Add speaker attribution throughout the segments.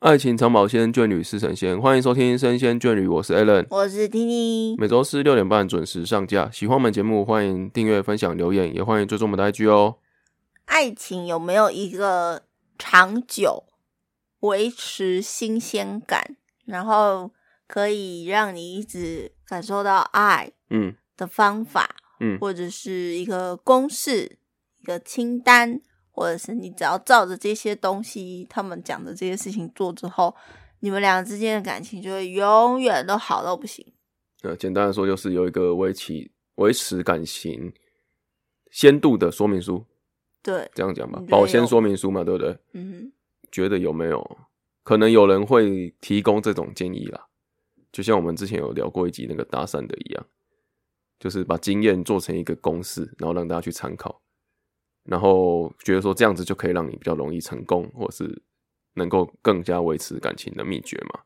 Speaker 1: 爱情长保鲜，眷侣是神仙。欢迎收听《生鲜眷侣》，我是 Alan。
Speaker 2: 我是 T T，
Speaker 1: 每周四六点半准时上架。喜欢我们节目，欢迎订阅、分享、留言，也欢迎追踪我们的 IG 哦。
Speaker 2: 爱情有没有一个长久维持新鲜感，然后可以让你一直感受到爱
Speaker 1: 嗯
Speaker 2: 的方法，
Speaker 1: 嗯
Speaker 2: 或者是一个公式、一个清单，或者是你只要照着这些东西，他们讲的这些事情做之后，你们俩之间的感情就会永远都好到不行。
Speaker 1: 呃，简单的说就是有一个维持维持感情鲜度的说明书，
Speaker 2: 对，
Speaker 1: 这样讲吧
Speaker 2: 你，觉得
Speaker 1: 保鲜
Speaker 2: 有
Speaker 1: 说明书嘛，对不对？
Speaker 2: 嗯
Speaker 1: 觉得有没有可能有人会提供这种建议啦？就像我们之前有聊过一集那个搭讪的一样，就是把经验做成一个公式，然后让大家去参考，然后觉得说这样子就可以让你比较容易成功，或是能够更加维持感情的秘诀嘛。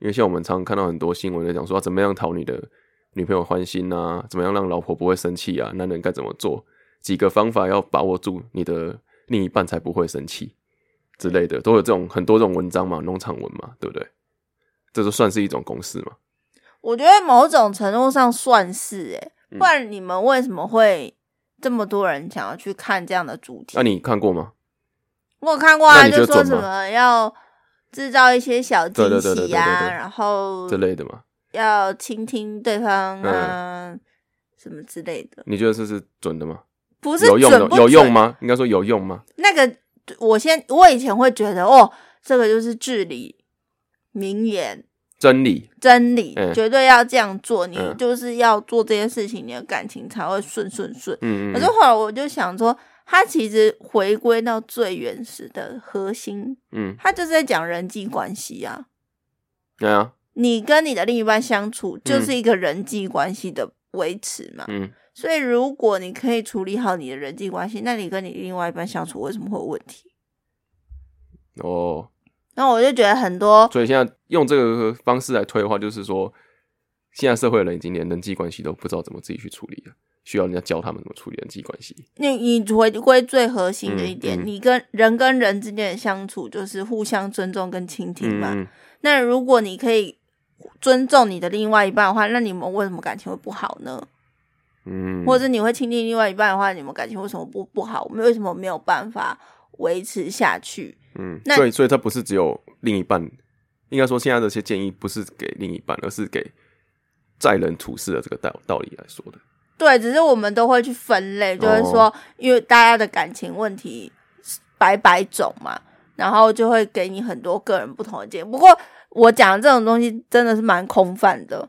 Speaker 1: 因为像我们常常看到很多新闻在讲说、啊怎么样讨你的女朋友欢心啊，怎么样让老婆不会生气啊，男人该怎么做？几个方法要把握住你的另一半才不会生气之类的，都有这种很多这种文章嘛，农场文嘛，对不对？这就算是一种公式嘛。
Speaker 2: 我觉得某种程度上算是诶、
Speaker 1: 嗯
Speaker 2: 不然你们为什么会这么多人想要去看这样的主题？
Speaker 1: 那、你看过吗？
Speaker 2: 我有看过啊，
Speaker 1: 那你觉得
Speaker 2: 就说
Speaker 1: 准吗
Speaker 2: 什么要制造一些小
Speaker 1: 对
Speaker 2: 惊
Speaker 1: 对对对对
Speaker 2: 喜
Speaker 1: 对
Speaker 2: 呀，
Speaker 1: 对
Speaker 2: 然后
Speaker 1: 这类的嘛？
Speaker 2: 要倾听对方啊，
Speaker 1: 嗯
Speaker 2: 什么之类的，
Speaker 1: 你觉得这是准的吗？
Speaker 2: 不是
Speaker 1: 有用
Speaker 2: 准
Speaker 1: 的
Speaker 2: 不
Speaker 1: 有用
Speaker 2: 准？
Speaker 1: 吗？应该说有用吗？
Speaker 2: 那个我先，我以前会觉得哦，这个就是至理名言，
Speaker 1: 真理，
Speaker 2: 真理，
Speaker 1: 嗯
Speaker 2: 绝对要这样做。你
Speaker 1: 嗯
Speaker 2: 就是要做这件事情，你的感情才会顺顺顺。
Speaker 1: 嗯
Speaker 2: 可
Speaker 1: 嗯
Speaker 2: 是后来我就想说，他其实回归到最原始的核心，
Speaker 1: 嗯，
Speaker 2: 他就是在讲人际关系啊。
Speaker 1: 对啊，
Speaker 2: 你跟你的另一半相处，就是一个人际关系的维持嘛。
Speaker 1: 嗯，
Speaker 2: 所以，如果你可以处理好你的人际关系，那你跟你另外一半相处为什么会有问题？
Speaker 1: 哦，
Speaker 2: 那我就觉得很多
Speaker 1: 所以现在用这个方式来推的话，就是说，现在社会的人已经连人际关系都不知道怎么自己去处理了，需要人家教他们怎么处理人际关系。
Speaker 2: 你你回归最核心的一点，
Speaker 1: 嗯嗯
Speaker 2: 你跟人跟人之间的相处就是互相尊重跟倾听嘛。
Speaker 1: 嗯嗯
Speaker 2: 那如果你可以尊重你的另外一半的话，那你们为什么感情会不好呢？
Speaker 1: 嗯，
Speaker 2: 或者你会倾听另外一半的话，你们感情为什么不不好？为什么没有办法维持下去？
Speaker 1: 嗯，
Speaker 2: 那
Speaker 1: 所以所以它不是只有另一半，应该说现在这些建议不是给另一半，而是给待人处事的这个道道理来说的。
Speaker 2: 对，只是我们都会去分类，就是说，因为大家的感情问题百百种嘛，然后就会给你很多个人不同的建议。不过我讲的这种东西真的是蛮空泛的，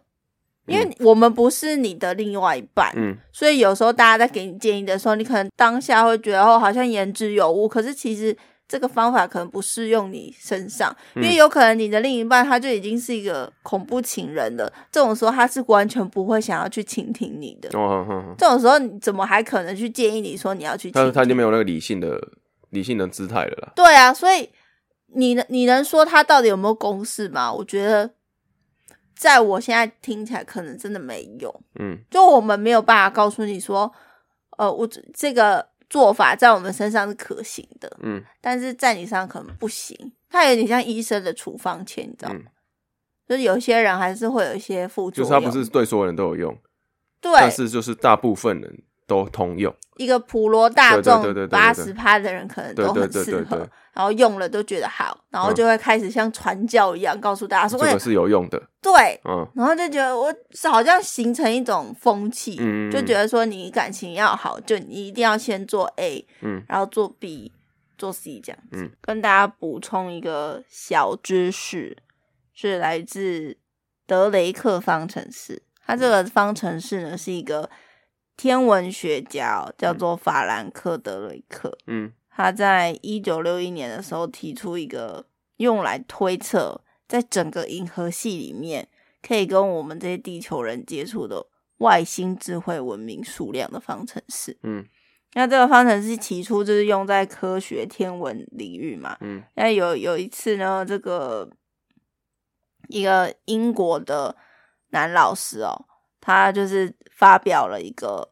Speaker 2: 因为我们不是你的另外一半，
Speaker 1: 嗯
Speaker 2: 所以有时候大家在给你建议的时候，你可能当下会觉得哦，好像言之有物，可是其实这个方法可能不适用你身上，因
Speaker 1: 嗯
Speaker 2: 为有可能你的另一半他就已经是一个恐怖情人了，这种时候他是完全不会想要去倾听你的。
Speaker 1: 哦，哼哼哼
Speaker 2: 这种时候你怎么还可能去建议你说你要去倾
Speaker 1: 他
Speaker 2: 听？
Speaker 1: 他已经没有那个理性的理性的姿态了啦。
Speaker 2: 对啊，所以你能你能说他到底有没有公式吗？我觉得，在我现在听起来可能真的没有，
Speaker 1: 嗯
Speaker 2: 就我们没有办法告诉你说，呃，我这这个做法在我们身上是可行的，
Speaker 1: 嗯
Speaker 2: 但是在你身上可能不行。它有点像医生的处方签，你知道吗？
Speaker 1: 嗯，
Speaker 2: 就是有些人还是会有一些副
Speaker 1: 就
Speaker 2: 作
Speaker 1: 是
Speaker 2: 用，
Speaker 1: 它不是对所有人都有用，但
Speaker 2: 对
Speaker 1: 是就是大部分人都通用。
Speaker 2: 一个普罗大
Speaker 1: 对对
Speaker 2: 众
Speaker 1: 对
Speaker 2: 八
Speaker 1: 对对
Speaker 2: 十
Speaker 1: 对
Speaker 2: 趴的人可能都很
Speaker 1: 对对对
Speaker 2: 适
Speaker 1: 对
Speaker 2: 合
Speaker 1: 对，
Speaker 2: 然后用了都觉得好，然后就会开始像传教一样告诉大家
Speaker 1: 这
Speaker 2: 说：“哎、
Speaker 1: 个是有用的，
Speaker 2: 对。
Speaker 1: 嗯”
Speaker 2: 然后就觉得我好像形成一种风气，
Speaker 1: 嗯
Speaker 2: 就觉得说你感情要好，就你一定要先做 A，
Speaker 1: 嗯，
Speaker 2: 然后做 B，做 C 这样子。
Speaker 1: 嗯
Speaker 2: 跟大家补充一个小知识，是来自德雷克方程式。它这个方程式呢是一个天文学家哦、叫做法兰克·德雷克，
Speaker 1: 嗯
Speaker 2: 他在一九六一年的时候提出一个用来推测在整个银河系里面可以跟我们这些地球人接触的外星智慧文明数量的方程式。
Speaker 1: 嗯
Speaker 2: 那这个方程式起初就是用在科学天文领域嘛。
Speaker 1: 嗯
Speaker 2: 那有有一次呢，这个一个英国的男老师哦，他就是发表了一个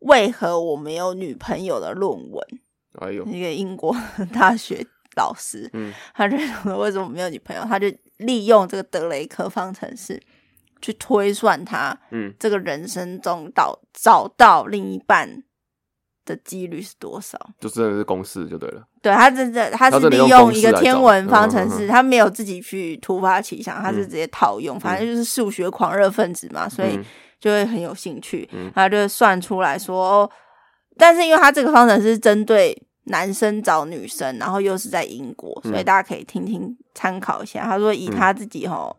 Speaker 2: 为何我没有女朋友的论文。嗯
Speaker 1: 哎呦，
Speaker 2: 一个英国 大学老师，
Speaker 1: 嗯，
Speaker 2: 他就说 为什么没有女朋友，他就利用这个德雷克方程式去推算他
Speaker 1: 嗯
Speaker 2: 这个人生中到找到另一半的几率是多少。
Speaker 1: 就真的是公式就对了。
Speaker 2: 对他真的，他
Speaker 1: 他
Speaker 2: 是
Speaker 1: 真的
Speaker 2: 利
Speaker 1: 用公
Speaker 2: 用
Speaker 1: 式
Speaker 2: 一个
Speaker 1: 来
Speaker 2: 天
Speaker 1: 找
Speaker 2: 文
Speaker 1: 嗯
Speaker 2: 方
Speaker 1: 嗯
Speaker 2: 程
Speaker 1: 嗯
Speaker 2: 式，他没有自己去突发奇想，他是直接套用，反正就是数学狂热分子嘛，所以
Speaker 1: 嗯
Speaker 2: 就会很有兴趣，
Speaker 1: 嗯
Speaker 2: 他就会算出来说，哦但是因为他这个方程式针对男生找女生，然后又是在英国，所以
Speaker 1: 嗯
Speaker 2: 大家可以听听参考一下。他说以他自己吼。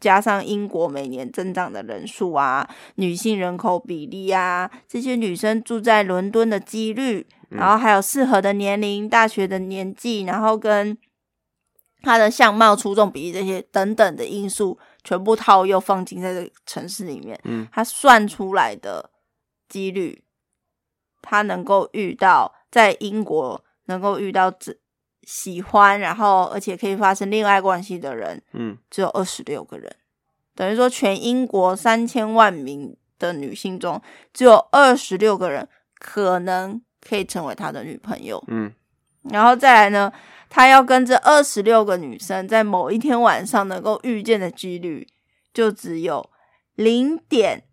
Speaker 2: 加上英国每年增长的人数啊，女性人口比例啊，这些女生住在伦敦的几率，
Speaker 1: 嗯
Speaker 2: 然后还有适合的年龄、大学的年纪，然后跟她的相貌、出众比例这些等等的因素，全部套用放进在这个城市里面，
Speaker 1: 嗯
Speaker 2: 她算出来的几率，她能够遇到在英国能够遇到这喜欢，然后而且可以发生恋爱关系的人，
Speaker 1: 嗯，
Speaker 2: 只有二十六个人，等于说全英国三千万名的女性中，只有二十六个人可能可以成为他的女朋友。
Speaker 1: 嗯
Speaker 2: 然后再来呢，他要跟这二十六个女生在某一天晚上能够遇见的几率，就只有零点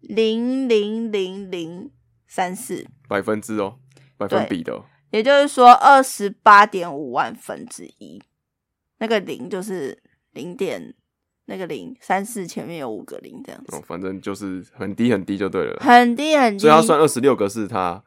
Speaker 2: 零零零零三四，
Speaker 1: 百分之哦，百分比的哦、
Speaker 2: 也就是说二十八点五万分之一。那个零就是零点，那个零三四前面有五个零这样子
Speaker 1: 哦，，反正就是很低很低就对了啦。
Speaker 2: 很低很低。
Speaker 1: 所以他算二十六个是他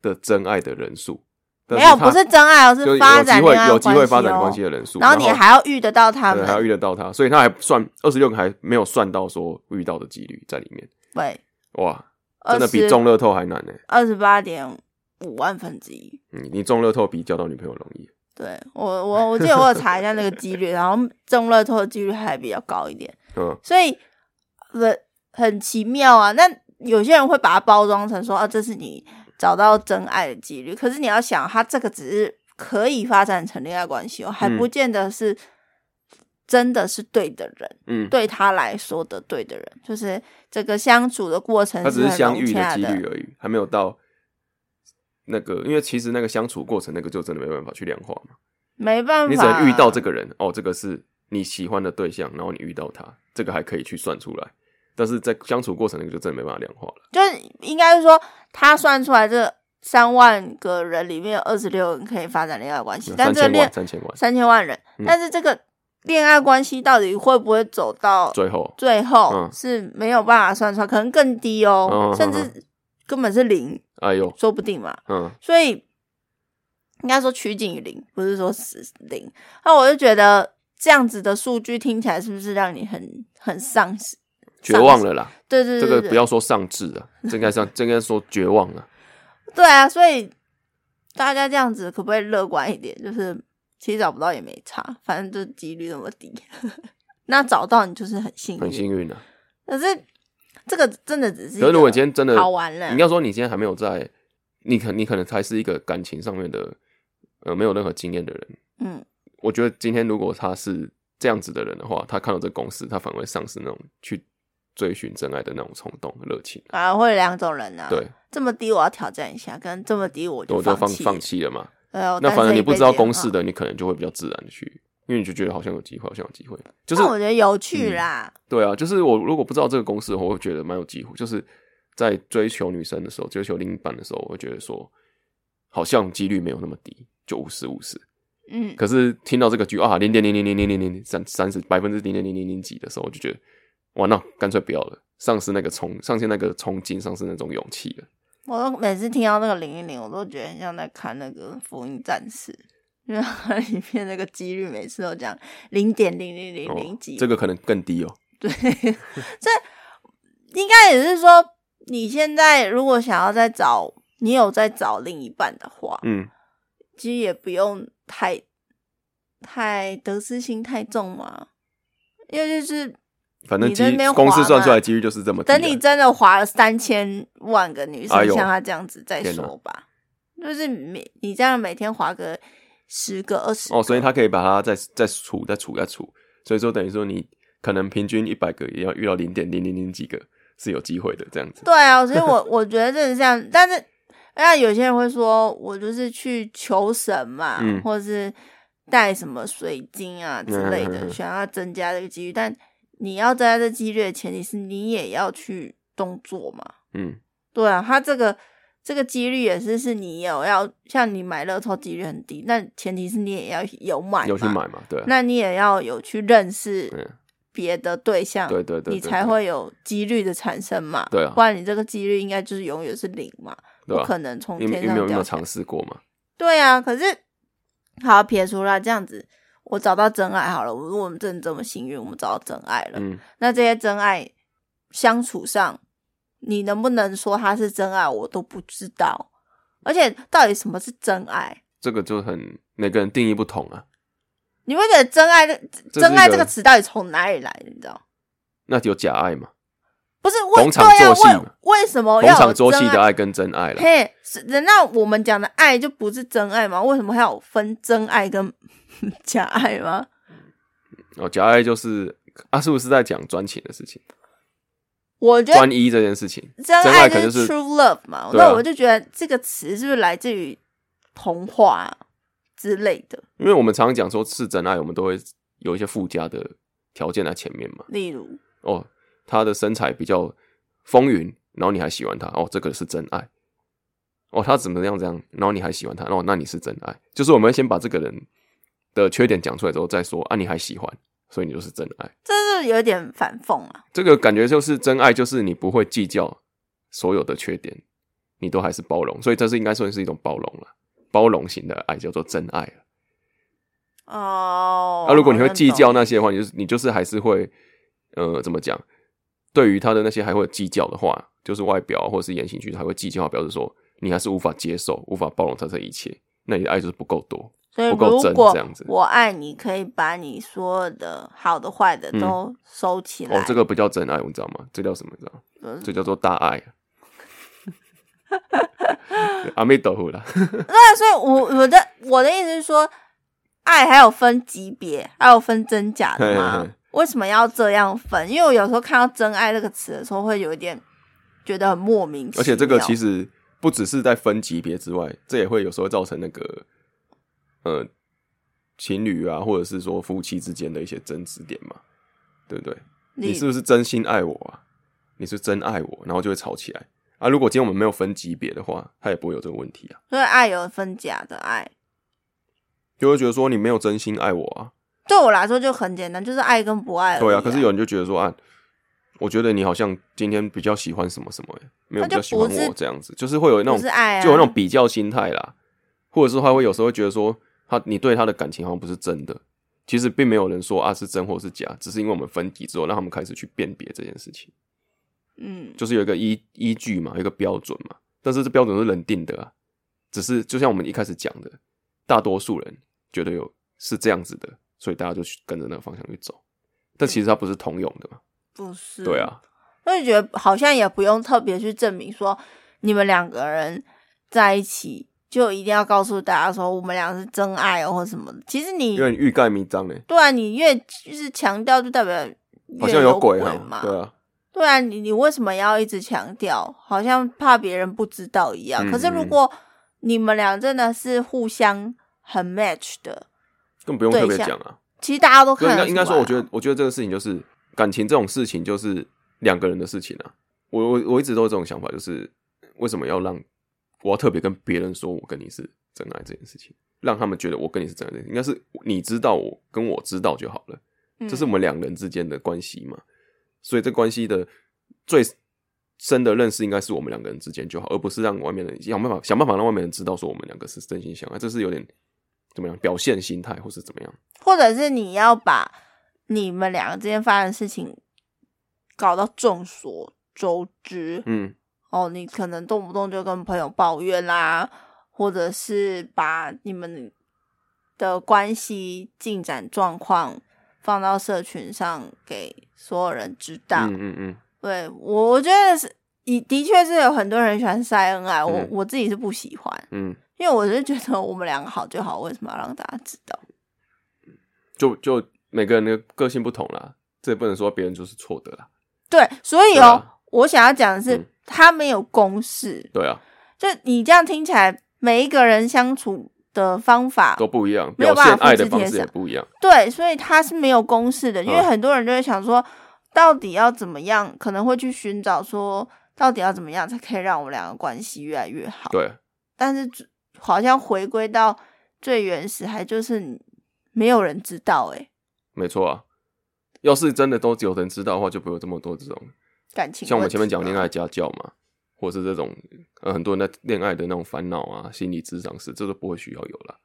Speaker 1: 的真爱的人数，但
Speaker 2: 没有，
Speaker 1: 他
Speaker 2: 不是真爱哦，
Speaker 1: 就是有
Speaker 2: 发展
Speaker 1: 机会
Speaker 2: 恋爱
Speaker 1: 有机会发展
Speaker 2: 哦
Speaker 1: 关系。的人数，
Speaker 2: 然后你还要遇得到他
Speaker 1: 对还要
Speaker 2: 们，
Speaker 1: 遇得到他，所以他还算二十六个还没有算到说遇到的几率在里面，
Speaker 2: 对，
Speaker 1: 哇，
Speaker 2: 二
Speaker 1: 真的比
Speaker 2: 十
Speaker 1: 中乐透还难呢、
Speaker 2: 二十八点五万分之一。
Speaker 1: 你你中乐透比交到女朋友容易，
Speaker 2: 对我，我我记得我有查一下那个几率，然后中乐透的几率还比较高一点，
Speaker 1: 嗯
Speaker 2: 所以很很奇妙啊。那有些人会把它包装成说啊，这是你找到真爱的几率，可是你要想，它这个只是可以发展成恋爱关系哦，还
Speaker 1: 嗯
Speaker 2: 不见得是真的是对的人。
Speaker 1: 嗯，
Speaker 2: 对他来说的对的人，就是这个相处的过程
Speaker 1: 他只是
Speaker 2: 很
Speaker 1: 相
Speaker 2: 融
Speaker 1: 遇的
Speaker 2: 洽
Speaker 1: 几率哦而已，还没有到那个，因为其实那个相处过程那个就真的没办法去量化嘛，
Speaker 2: 没办法，
Speaker 1: 你只能遇到这个人，哦，这个是你喜欢的对象，然后你遇到他，这个还可以去算出来，但是在相处过程那个就真的没办法量化了，
Speaker 2: 就是应该是说他算出来这三万个人里面有二十六人可以发展恋爱关系，但
Speaker 1: 三
Speaker 2: 这个
Speaker 1: 千
Speaker 2: 恋
Speaker 1: 万三千万，
Speaker 2: 三千万人，
Speaker 1: 嗯
Speaker 2: 但是这个恋爱关系到底会不会走到
Speaker 1: 最后
Speaker 2: 最后
Speaker 1: 嗯
Speaker 2: 是没有办法算出来，可能更低哦，
Speaker 1: 嗯
Speaker 2: 甚
Speaker 1: 嗯
Speaker 2: 至根本是零，
Speaker 1: 哎呦，
Speaker 2: 说不定嘛。
Speaker 1: 嗯
Speaker 2: 所以应该说趋近于零，不是说是零。那我就觉得这样子的数据听起来是不是让你很很丧失？
Speaker 1: 绝望了啦。
Speaker 2: 对对
Speaker 1: 这
Speaker 2: 对
Speaker 1: 个
Speaker 2: 对
Speaker 1: 不要说上智啊，这应该 上，这应该说绝望啊。
Speaker 2: 对啊！所以大家这样子可不可以乐观一点？就是其实找不到也没差，反正就几率那么低。 那找到你就是很幸运，
Speaker 1: 很幸运啊。
Speaker 2: 可是这个真的只是一
Speaker 1: 可是如果你今
Speaker 2: 个
Speaker 1: 天真的，
Speaker 2: 好玩了
Speaker 1: 你要说你今天还没有在，你可你可能才是一个感情上面的，呃，没有任何经验的人。
Speaker 2: 嗯，
Speaker 1: 我觉得今天如果他是这样子的人的话，他看到这公式，他反而会丧失那种去追寻真爱的那种冲动热情。
Speaker 2: 啊，会有两种人啊。，
Speaker 1: 对，
Speaker 2: 这么低我要挑战一下，跟这么低我就
Speaker 1: 我就放
Speaker 2: 弃。
Speaker 1: 放弃了嘛。
Speaker 2: 哎呦
Speaker 1: 那
Speaker 2: 但
Speaker 1: 反而
Speaker 2: 是
Speaker 1: 你
Speaker 2: 一
Speaker 1: 不
Speaker 2: 辈
Speaker 1: 知道
Speaker 2: 子也
Speaker 1: 公
Speaker 2: 很
Speaker 1: 式
Speaker 2: 好
Speaker 1: 的，你可能就会比较自然的去，因为你就觉得好像有机会，好像有机会，就是
Speaker 2: 那我觉得有趣
Speaker 1: 嗯
Speaker 2: 啦。
Speaker 1: 对啊，就是我如果不知道这个公式的话，我会觉得蛮有机会。就是在追求女生的时候，追求另一半的时候，我会觉得说，好像几率没有那么低，就五十五十。
Speaker 2: 嗯，
Speaker 1: 可是听到这个句啊，零点零零零零零零三三十百分之零点零零零几的时候，我就觉得，哇，那干脆不要了，丧失那个冲，丧失那个冲劲，丧失那种勇气了。
Speaker 2: 我都每次听到那个零零零，我都觉得很像在看那个《福音战士》，因为它里面那个几率每次都讲零点零零零零
Speaker 1: 哦
Speaker 2: 几，，
Speaker 1: 这个可能更低哦。
Speaker 2: 对，这应该也是说，你现在如果想要再找，你有在找另一半的话，
Speaker 1: 嗯，
Speaker 2: 其实也不用太太得失心太重嘛，因为就是
Speaker 1: 反正
Speaker 2: 你在
Speaker 1: 机
Speaker 2: 那边
Speaker 1: 公式
Speaker 2: 划
Speaker 1: 算
Speaker 2: 嘛
Speaker 1: 出来几率就是这么低啊。
Speaker 2: 等你真的划了三千万个女生，
Speaker 1: 哎呦
Speaker 2: 像她这样子再
Speaker 1: 天哪
Speaker 2: 说吧。就是每你这样每天划个十个、二十
Speaker 1: 哦，所以他可以把它再再除、再除、再除，所以说等于说你可能平均一百个也要遇到零点零零零几个是有机会的这样子。
Speaker 2: 对啊，所以我我觉得真的是这样，但是那有些人会说，我就是去求神嘛，
Speaker 1: 嗯
Speaker 2: 或者是带什么水晶啊之类
Speaker 1: 嗯嗯嗯
Speaker 2: 的，
Speaker 1: 嗯
Speaker 2: 想要增加这个几率。但你要增加这几率的前提是你也要去动作嘛。
Speaker 1: 嗯，
Speaker 2: 对啊，他这个这个几率也是，是你有要像你买乐透几率很低，那前提是你也要有买，
Speaker 1: 有去，买嘛？对啊，
Speaker 2: 那你也要有去认识
Speaker 1: 嗯
Speaker 2: 别的对象，
Speaker 1: 对对对对
Speaker 2: 你才会有几率的产生嘛。
Speaker 1: 对啊
Speaker 2: 不然你这个几率应该就是永远是零嘛，
Speaker 1: 对啊
Speaker 2: 不
Speaker 1: 吧？
Speaker 2: 可能从
Speaker 1: 你
Speaker 2: 天
Speaker 1: 你没有
Speaker 2: 上
Speaker 1: 你没
Speaker 2: 掉
Speaker 1: 有
Speaker 2: 下来
Speaker 1: 尝。试过嘛？
Speaker 2: 对啊，可是好撇除了这样子，我找到真爱好了。如果我们真的这么幸运，我们找到真爱了，
Speaker 1: 嗯，
Speaker 2: 那这些真爱相处上，你能不能说他是真爱，我都不知道。而且到底什么是真爱？
Speaker 1: 这个就很每个人定义不同啊。
Speaker 2: 你会觉得真爱的
Speaker 1: 这是
Speaker 2: 真爱
Speaker 1: 一个
Speaker 2: 这个词到底从哪里来的？你知道？
Speaker 1: 那有假爱嘛？
Speaker 2: 不是为
Speaker 1: 逢场
Speaker 2: 对啊，
Speaker 1: 作戏
Speaker 2: 为为什么
Speaker 1: 逢
Speaker 2: 要
Speaker 1: 场
Speaker 2: 有
Speaker 1: 作戏
Speaker 2: 真
Speaker 1: 的爱跟真爱啦。
Speaker 2: 嘿，是难道我们讲的爱就不是真爱吗？为什么还有分真爱跟 假爱吗？
Speaker 1: 哦，假爱就是啊，是不是在讲专情的事情？
Speaker 2: 我觉得
Speaker 1: 专一这件事情，
Speaker 2: 真
Speaker 1: 真爱
Speaker 2: 就
Speaker 1: 可能
Speaker 2: 是
Speaker 1: 是
Speaker 2: true love 嘛，
Speaker 1: 对啊
Speaker 2: 那我就觉得这个词是不是来自于童话之类的？
Speaker 1: 因为我们常常讲说是真爱，我们都会有一些附加的条件在前面嘛。
Speaker 2: 例如，
Speaker 1: 哦，他的身材比较风云，然后你还喜欢他，哦，这个是真爱。哦，他怎么样怎样，然后你还喜欢他，哦，那你是真爱。就是我们会先把这个人的缺点讲出来之后，再说啊，你还喜欢，所以你就是真爱。
Speaker 2: 这是有点反讽啊。
Speaker 1: 这个感觉就是真爱，就是你不会计较所有的缺点，你都还是包容，所以这是应该算是一种包容了，包容型的爱叫做真爱了。
Speaker 2: 哦，
Speaker 1: 啊那、如果你会计较
Speaker 2: 呢？
Speaker 1: 那些的话，你就是你就是还是会，呃，怎么讲？对于他的那些还会计较的话，就是外表啊或者是言行举止还会计较，表示说你还是无法接受、无法包容他这一切，那你的爱就是不够多。
Speaker 2: 所以
Speaker 1: 不够
Speaker 2: 如
Speaker 1: 真
Speaker 2: 果
Speaker 1: 这样子
Speaker 2: 我爱你，可以把你所有的好的、坏的
Speaker 1: 嗯
Speaker 2: 都收起来。
Speaker 1: 哦，这个不叫真爱，你知道吗？这叫什么？你知道吗？
Speaker 2: 嗯
Speaker 1: 这叫做大爱。啊阿弥陀佛啦，
Speaker 2: 那所以我，我的我的意思是说，爱还有分级别，还有分真假的吗？
Speaker 1: 嘿嘿嘿
Speaker 2: 为什么要这样分？因为我有时候看到“真爱”这个词的时候，会有一点觉得很莫名其妙。
Speaker 1: 而且这个其
Speaker 2: 实
Speaker 1: 实不只是在分级别之外，这也会有时候造成那个呃情侣啊，或者是说夫妻之间的一些争执点嘛，对不对？你是不是真心爱我啊？你是真爱我，然后就会吵起来啊！如果今天我们没有分级别的话，他也不会有这个问题啊，
Speaker 2: 所以爱有分假的爱，
Speaker 1: 就会觉得说你没有真心爱我啊。
Speaker 2: 对我来说就很简单，就是爱跟不爱而已、
Speaker 1: 对啊，可是有人就觉得说啊，我觉得你好像今天比较喜欢什么什么、欸，没有
Speaker 2: 那
Speaker 1: 比
Speaker 2: 就
Speaker 1: 较喜欢
Speaker 2: 不是
Speaker 1: 我这样子，就是会有那
Speaker 2: 不
Speaker 1: 种
Speaker 2: 是爱啊，
Speaker 1: 就有那种比较心态啦，或者是他会有时候会觉得说，他你对他的感情好像不是真的，其实并没有人说啊是真或是假，只是因为我们分级之后，让他们开始去辨别这件事情，
Speaker 2: 嗯，
Speaker 1: 就是有一个依依据嘛，有一个标准嘛，但是这标准是人定的啊，只是就像我们一开始讲的，大多数人觉得有是这样子的，所以大家就去跟着那个方向去走，但其实它不是通用的嘛，
Speaker 2: 不是
Speaker 1: 对啊，
Speaker 2: 所以觉得好像也不用特别去证明说你们两个人在一起就一定要告诉大家说我们俩是真爱哦或什么的。其实你
Speaker 1: 有点欲盖弥彰嘞，
Speaker 2: 对啊，你越就是强调，就代表越
Speaker 1: 好像
Speaker 2: 有
Speaker 1: 鬼
Speaker 2: 嘛
Speaker 1: 哈，。对啊，
Speaker 2: 对啊，你你为什么要一直强调？好像怕别人不知道一样。
Speaker 1: 嗯
Speaker 2: 可是如
Speaker 1: 嗯
Speaker 2: 果你们俩真的是互相很 match 的，
Speaker 1: 更不用
Speaker 2: 对
Speaker 1: 特别
Speaker 2: 像
Speaker 1: 讲啊。
Speaker 2: 其实大家都
Speaker 1: 所以
Speaker 2: 看
Speaker 1: 应
Speaker 2: 得
Speaker 1: 该应该
Speaker 2: 出
Speaker 1: 说，
Speaker 2: 来
Speaker 1: 我觉
Speaker 2: 啊
Speaker 1: 得我觉得这个事情就是感情这种事情就是两个人的事情啊。我我我一直都有这种想法，就是为什么要让我要特别跟别人说我跟你是真爱这件事情，让他们觉得我跟你是真爱这件事情，应该是你知道我跟我知道就好了，这是我
Speaker 2: 嗯
Speaker 1: 们两人之间的关系嘛。所以这关系的最深的认识应该是我们两个人之间就好，而不是让外面人想办法想办法让外面人知道说我们两个是真心相爱，这是有点怎么样表现心态或是怎么样。
Speaker 2: 或者是你要把你们两个之间发生的事情搞到众所周知，
Speaker 1: 嗯，
Speaker 2: 哦，你可能动不动就跟朋友抱怨啦，或者是把你们的关系进展状况放到社群上给所有人知道。
Speaker 1: 嗯嗯嗯，
Speaker 2: 对我，我觉得是，的的确是有很多人喜欢晒恩爱，我、
Speaker 1: 嗯
Speaker 2: 我自己是不喜欢，
Speaker 1: 嗯，
Speaker 2: 因为我是觉得我们两个好就好，为什么要让大家知道？
Speaker 1: 就就每个人的个性不同啦，这也不能说别人就是错的啦。
Speaker 2: 对，所以
Speaker 1: 对
Speaker 2: 哦，
Speaker 1: 啊
Speaker 2: 我想要讲的是，
Speaker 1: 嗯
Speaker 2: 他没有公式，
Speaker 1: 对啊，
Speaker 2: 就你这样听起来，每一个人相处的方法
Speaker 1: 都不一样，
Speaker 2: 没有
Speaker 1: 表
Speaker 2: 办法
Speaker 1: 现爱的
Speaker 2: 复制
Speaker 1: 方
Speaker 2: 贴
Speaker 1: 式也
Speaker 2: 上
Speaker 1: 不一样。
Speaker 2: 对，所以它是没有公式的，因为
Speaker 1: 嗯
Speaker 2: 很多人就会想说，到底要怎么样，可能会去寻找说，到底要怎么样才可以让我们两个关系越来越好。
Speaker 1: 对，
Speaker 2: 但是最好像回归到最原始，还就是你没有人知道、欸，
Speaker 1: 没错啊。要是真的都有人知道的话，就不会有这么多这种，
Speaker 2: 感情
Speaker 1: 像我们
Speaker 2: 问
Speaker 1: 前面
Speaker 2: 题
Speaker 1: 讲
Speaker 2: 嘛
Speaker 1: 恋爱家教嘛，或是这种、呃、很多人在恋爱的那种烦恼啊、心理智商是，这都不会需要有了，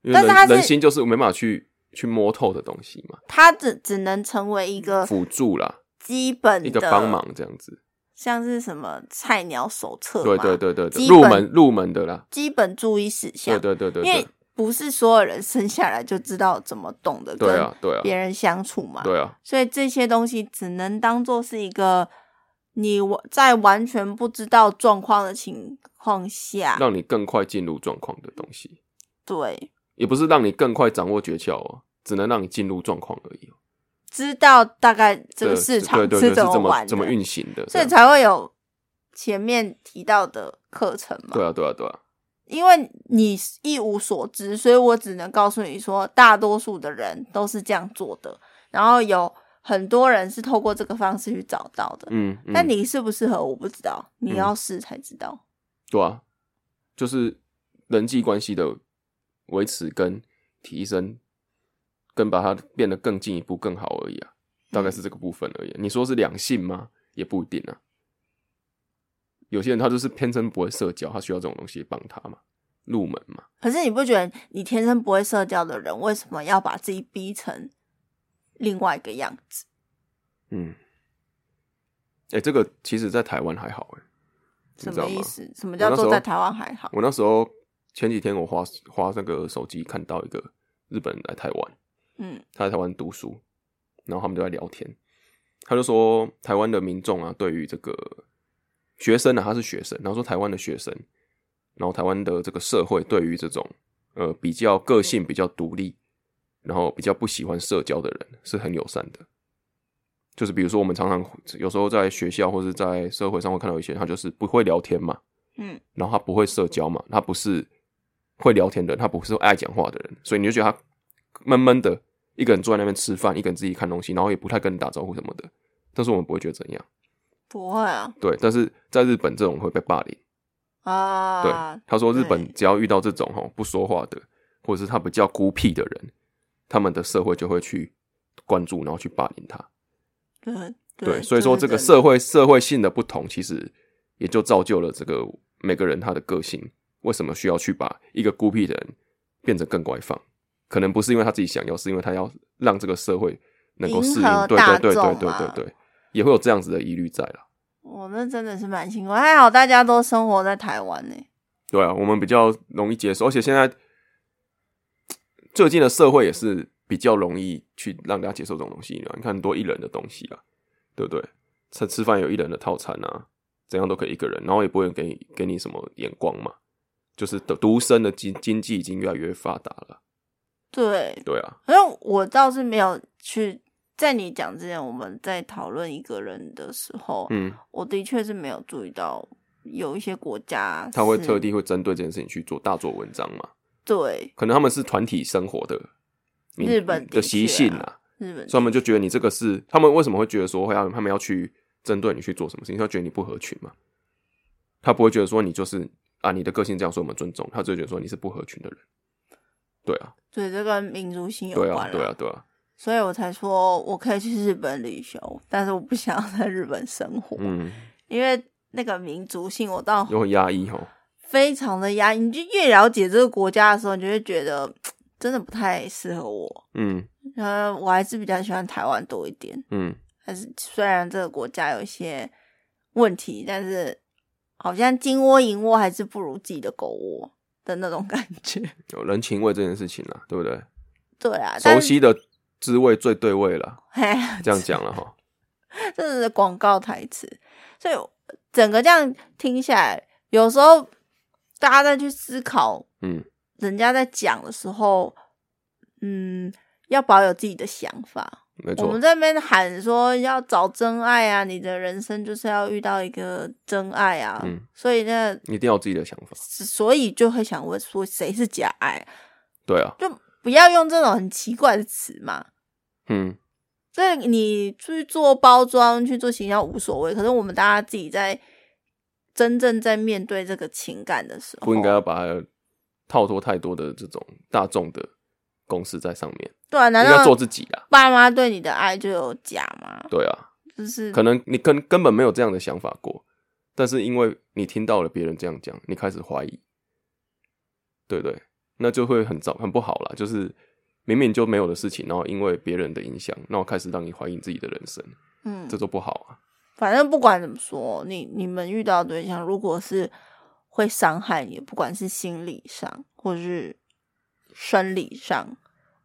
Speaker 1: 因为
Speaker 2: 但是它
Speaker 1: 人
Speaker 2: 是
Speaker 1: 人心就是没办法去去摸透的东西嘛，
Speaker 2: 它只只能成为一个
Speaker 1: 辅助啦，
Speaker 2: 基本呃的
Speaker 1: 一个帮，忙这样子。
Speaker 2: 像是什么菜鸟手册，
Speaker 1: 对对，对对对，
Speaker 2: 基
Speaker 1: 入
Speaker 2: 本
Speaker 1: 门入门的啦，
Speaker 2: 基本注意事项，
Speaker 1: 对对对对
Speaker 2: 因
Speaker 1: 对
Speaker 2: 为，不是所有人生下来就知道怎么懂得
Speaker 1: 对
Speaker 2: 跟
Speaker 1: 啊对啊
Speaker 2: 别人相处嘛，
Speaker 1: 对啊，
Speaker 2: 所以这些东西只能当做是一个你我在完全不知道状况的情况下，
Speaker 1: 让你更快进入状况的东西，
Speaker 2: 对，
Speaker 1: 也不是让你更快掌握诀窍哦，只能让你进入状况而已哦。
Speaker 2: 知道大概这个
Speaker 1: 对
Speaker 2: 市场
Speaker 1: 对对对是
Speaker 2: 怎么
Speaker 1: 怎
Speaker 2: 玩的，
Speaker 1: 怎么运行的，
Speaker 2: 所以
Speaker 1: 这样
Speaker 2: 才会有前面提到的课程嘛。
Speaker 1: 对啊对啊对啊，
Speaker 2: 因为你一无所知，所以我只能告诉你说，大多数的人都是这样做的，然后有很多人是透过这个方式去找到的。
Speaker 1: 嗯，嗯
Speaker 2: 但你适不适合，我不知道，你
Speaker 1: 嗯
Speaker 2: 要试才知道。
Speaker 1: 对啊，就是人际关系的维持跟提升，跟把它变得更进一步更好而已啊，大概是这个部分
Speaker 2: 嗯
Speaker 1: 而已啊。你说是两性吗？也不一定啊。有些人他就是天生不会社交，他需要这种东西帮他嘛，入门嘛。
Speaker 2: 可是你不觉得你天生不会社交的人，为什么要把自己逼成另外一个样子？
Speaker 1: 嗯，哎、这个其实在台湾还好哎、你
Speaker 2: 什
Speaker 1: 知道
Speaker 2: 么
Speaker 1: 吗
Speaker 2: 意？思？什么
Speaker 1: 我
Speaker 2: 叫
Speaker 1: 那时
Speaker 2: 做
Speaker 1: 候
Speaker 2: 在台湾还好？
Speaker 1: 我那时候前几天我花花那个手机看到一个日本人来台湾，
Speaker 2: 嗯
Speaker 1: 他在台湾读书，然后他们就在聊天，他就说台湾的民众啊，对于这个学生啊，他是学生，然后说台湾的学生，然后台湾的这个社会对于这种呃比较个性比较独立，然后比较不喜欢社交的人是很友善的。就是比如说，我们常常有时候在学校或是在社会上会看到一些人，他就是不会聊天嘛，
Speaker 2: 嗯，
Speaker 1: 然后他不会社交嘛，他不是会聊天的人，他不是爱讲话的人，所以你就觉得他闷闷的，一个人坐在那边吃饭，一个人自己看东西，然后也不太跟人打招呼什么的。但是我们不会觉得怎样，
Speaker 2: 不会啊
Speaker 1: 对。但是在日本这种会被霸凌，对
Speaker 2: 啊。，
Speaker 1: 他说日
Speaker 2: 对
Speaker 1: 本只要遇到这种吼不说话的，或者是他比较孤僻的人，他们的社会就会去关注，然后去霸凌他。
Speaker 2: 对
Speaker 1: 对，所以说这个
Speaker 2: 社
Speaker 1: 社会社会性的不同，其实也就造就了这个每个人他的个性。为什么需要去把一个孤僻的人变成更外放？可能不是因为他自己想要，是因为他要让这个社会能够适
Speaker 2: 迎合
Speaker 1: 应。对
Speaker 2: 大
Speaker 1: 对对
Speaker 2: 众啊
Speaker 1: 对
Speaker 2: 嘛
Speaker 1: 对对对，也会有这样子的疑虑在啦。
Speaker 2: 我那真的是蛮辛苦，还好大家都生活在台湾呢、
Speaker 1: 对啊，我们比较容易接受，而且现在最近的社会也是比较容易去让大家接受这种东西了。你看很多一人的东西啊，对不对？吃吃饭有一人的套餐啊，怎样都可以一个人，然后也不会给你给你什么眼光嘛。就是独独生的经经济已经越来越发达了，
Speaker 2: 对，
Speaker 1: 对啊，
Speaker 2: 可是我倒是没有去在你讲之前，我们在讨论一个人的时候，
Speaker 1: 嗯，
Speaker 2: 我的确是没有注意到有一些国家
Speaker 1: 他会
Speaker 2: 是
Speaker 1: 特地会针对这件事情去做大做文章嘛。
Speaker 2: 对
Speaker 1: 可能他们是团体生活的民
Speaker 2: 日本
Speaker 1: 的
Speaker 2: 的
Speaker 1: 习
Speaker 2: 确
Speaker 1: 性
Speaker 2: 啊
Speaker 1: 啊，
Speaker 2: 日本
Speaker 1: 所以他们就觉得你这个是他们为什么会觉得说会要他们要去针对你去做什么事情？他觉得你不合群嘛，他不会觉得说你就是啊你的个性这样，所以我们尊重，他就觉得说你是不合群的人。对啊，
Speaker 2: 对这跟民族性有
Speaker 1: 对
Speaker 2: 关
Speaker 1: 啊，
Speaker 2: 啦
Speaker 1: 对啊，对啊，
Speaker 2: 所以我才说我可以去日本旅游，但是我不想要在日本生活，
Speaker 1: 嗯，
Speaker 2: 因为那个民族性我到
Speaker 1: 又很压抑吼。
Speaker 2: 非常的压抑。你就越了解这个国家的时候，你就会觉得真的不太适合我。
Speaker 1: 嗯
Speaker 2: 呃，我还是比较喜欢台湾多一点。
Speaker 1: 嗯，
Speaker 2: 还是虽然这个国家有一些问题，但是好像金窝银窝还是不如自己的狗窝的那种感觉。
Speaker 1: 有人情味这件事情啦，对不对？
Speaker 2: 对啊，
Speaker 1: 熟
Speaker 2: 但
Speaker 1: 悉的滋味最对味 了，
Speaker 2: 嘿，
Speaker 1: 这样讲了哈。
Speaker 2: 这是广告台词。所以整个这样听下来，有时候大家在去思考
Speaker 1: 嗯，
Speaker 2: 人家在讲的时候，嗯，要保有自己的想法。
Speaker 1: 没
Speaker 2: 我
Speaker 1: 错
Speaker 2: 们，在那边喊说要找真爱啊，你的人生就是要遇到一个真爱啊，
Speaker 1: 嗯
Speaker 2: 所以呢，
Speaker 1: 一定要有自己的想法。
Speaker 2: 所以就会想问说谁是假爱，
Speaker 1: 对啊，
Speaker 2: 就不要用这种很奇怪的词嘛。
Speaker 1: 嗯，
Speaker 2: 所以你去做包装、去做形象无所谓，可是我们大家自己在真正在面对这个情感的时候，
Speaker 1: 不应该要把它套脱太多的这种大众的公式在上面，
Speaker 2: 对啊？
Speaker 1: 应
Speaker 2: 难
Speaker 1: 该做
Speaker 2: 道
Speaker 1: 自己啦。
Speaker 2: 爸妈对你的爱就有假吗？
Speaker 1: 对啊，
Speaker 2: 就是
Speaker 1: 可能你根根本没有这样的想法过，但是因为你听到了别人这样讲，你开始怀疑，对不对，那就会很糟很不好啦。就是明明就没有的事情，然后因为别人的影响，然后开始让你怀疑自己的人生，
Speaker 2: 嗯
Speaker 1: 这，都不好啊。
Speaker 2: 反正不管怎么说，你你们遇到的对象如果是会伤害你，不管是心理上或是生理上，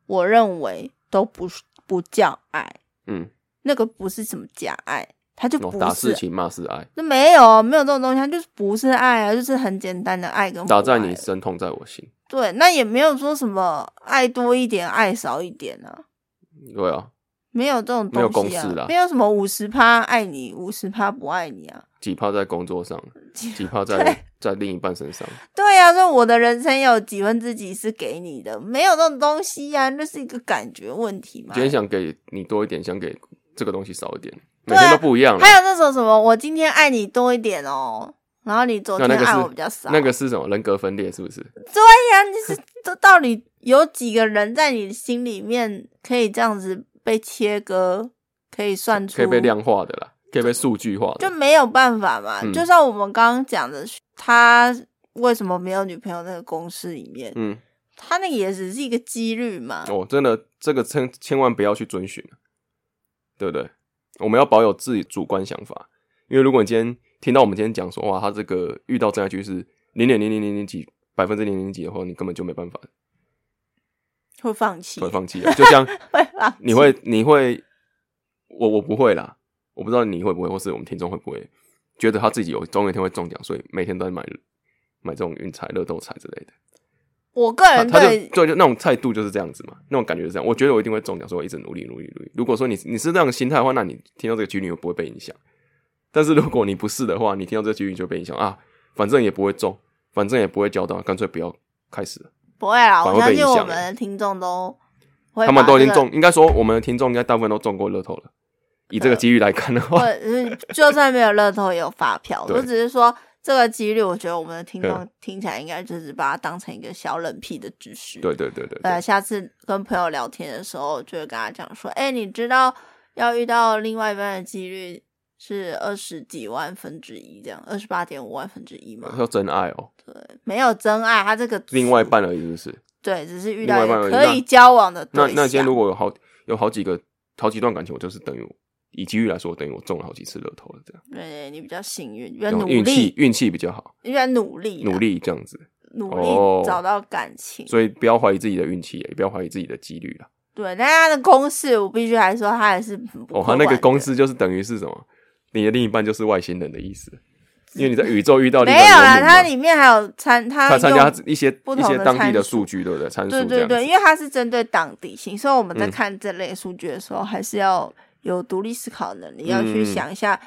Speaker 2: 我认为都不是不叫爱，
Speaker 1: 嗯，
Speaker 2: 那个不是什么假爱，它就
Speaker 1: 哦
Speaker 2: 不
Speaker 1: 打
Speaker 2: 是
Speaker 1: 是情骂是爱，
Speaker 2: 那没有没有这种东西，它就是不是爱啊，就是很简单的爱跟不
Speaker 1: 打在你
Speaker 2: 爱
Speaker 1: 身，痛在我心。
Speaker 2: 对，那也没有说什么爱多一点，爱少一点啊，
Speaker 1: 对啊，
Speaker 2: 没有这种
Speaker 1: 没有
Speaker 2: 东西啊，
Speaker 1: 公式啦
Speaker 2: 没有什么五十趴爱你，五十趴不爱你啊。
Speaker 1: 几趴在工作上，几趴
Speaker 2: 对
Speaker 1: 在在另一半身 上。
Speaker 2: 对呀、所以我的人生有几分之几是给你的，没有这种东西呀、那是一个感觉问题嘛
Speaker 1: 今。天想给你多一点，想给这个东西少一点，每
Speaker 2: 对啊
Speaker 1: 天都不一样啦
Speaker 2: 还。有那种什么，我今天爱你多一点哦，然后你昨天
Speaker 1: 那那个是
Speaker 2: 爱我比较少，
Speaker 1: 那个是什么人格分裂？是不是？
Speaker 2: 对呀、你 是这到底有几个人在你心里面可以这样子被切割，可以算出，
Speaker 1: 可以被量化的啦，可以被数据化
Speaker 2: 就
Speaker 1: 的。
Speaker 2: 没有办法嘛。
Speaker 1: 嗯
Speaker 2: 就像我们刚刚讲的，他为什么没有女朋友那个公式里面，
Speaker 1: 嗯，
Speaker 2: 他那个也只是一个几率嘛。
Speaker 1: 哦，真的，这个千千万不要去遵循，对不对？我们要保有自己主观想法，因为如果你今天听到我们今天讲说，哇，他这个遇到真爱局是零点零零零零几百分之零零零几的话，你根本就没办 法
Speaker 2: 会放弃，
Speaker 1: 会放弃了。就像
Speaker 2: 会放
Speaker 1: 你 会你会，我我不会啦，我不知道你会不会，或是我们听众会不会觉得他自己有总有一天会中奖，所以每天都在买买这种运彩、乐透彩之类的。
Speaker 2: 我个
Speaker 1: 他
Speaker 2: 人
Speaker 1: 他就
Speaker 2: 对
Speaker 1: 对就那种态度就是这样子嘛，那种感觉是这样。我觉得我一定会中奖，所以我一直努力努力努力。如果说你你是这样的心态的话，那你听到这个几率又不会被影响。但是如果你不是的话，你听到这个几率就被影响啊，反正也不会中，反正也不会交到，干脆不要开始了。
Speaker 2: 不会啦，
Speaker 1: 反而
Speaker 2: 我相
Speaker 1: 被
Speaker 2: 信
Speaker 1: 影
Speaker 2: 我
Speaker 1: 响
Speaker 2: 们
Speaker 1: 了
Speaker 2: 的听众都会
Speaker 1: 他们
Speaker 2: 把
Speaker 1: 都已
Speaker 2: 这
Speaker 1: 经
Speaker 2: 个
Speaker 1: 中，，应该说我们的听众应该大部分都中过乐透了。以这个几率来看的
Speaker 2: 或
Speaker 1: 话，
Speaker 2: 者是嗯就算没有乐透也有发票。
Speaker 1: 对
Speaker 2: 我只是说这个几率，我觉得我们的听众
Speaker 1: 嗯
Speaker 2: 听起来应该就是把它当成一个小冷僻的知识。
Speaker 1: 对对对对对
Speaker 2: 呃，下次跟朋友聊天的时候，就会跟他讲说：“哎、你知道要遇到另外一半的几率是二十几万分之一，这样二十八点五万分之一吗
Speaker 1: 要真爱哦，？”
Speaker 2: 没有真爱，他这个
Speaker 1: 另外一半而已，是不是？
Speaker 2: 对，只是遇
Speaker 1: 另
Speaker 2: 到
Speaker 1: 外
Speaker 2: 一
Speaker 1: 一半
Speaker 2: 个
Speaker 1: 而已
Speaker 2: 可
Speaker 1: 那
Speaker 2: 以交往的
Speaker 1: 那
Speaker 2: 对
Speaker 1: 那今天
Speaker 2: 象
Speaker 1: 如果有好有好几个好几段感情，我就是等于我以几率来说，等于我中了好几次乐透了，这样
Speaker 2: 对你比较幸运，比较
Speaker 1: 然
Speaker 2: 努
Speaker 1: 后运气
Speaker 2: 力，
Speaker 1: 运气比较好，
Speaker 2: 比较努力啊，
Speaker 1: 努力这样子，
Speaker 2: 努
Speaker 1: 哦
Speaker 2: 力找到感情。啊
Speaker 1: 所以不要怀疑自己的运气，也不要怀疑自己的几率啦。
Speaker 2: 对，但他的公式，我必须还说，他还是很不
Speaker 1: 哦，
Speaker 2: 客
Speaker 1: 他那个
Speaker 2: 观
Speaker 1: 公
Speaker 2: 的
Speaker 1: 式就是等于是什么？你的另一半就是外星人的意思，因为你在宇宙遇到另一
Speaker 2: 没有啦，
Speaker 1: 半
Speaker 2: 它里面还有参他
Speaker 1: 他参加
Speaker 2: 用
Speaker 1: 一些
Speaker 2: 不
Speaker 1: 一
Speaker 2: 同
Speaker 1: 些
Speaker 2: 的
Speaker 1: 当地
Speaker 2: 参
Speaker 1: 的
Speaker 2: 数
Speaker 1: 数据，对不对？参数
Speaker 2: 对
Speaker 1: 这
Speaker 2: 对
Speaker 1: 样
Speaker 2: 对，
Speaker 1: 子。
Speaker 2: 因为它是针对党地性，所以我们在
Speaker 1: 嗯
Speaker 2: 看这类数据的时候，还是要有独立思考能力，要去
Speaker 1: 嗯嗯嗯
Speaker 2: 想一下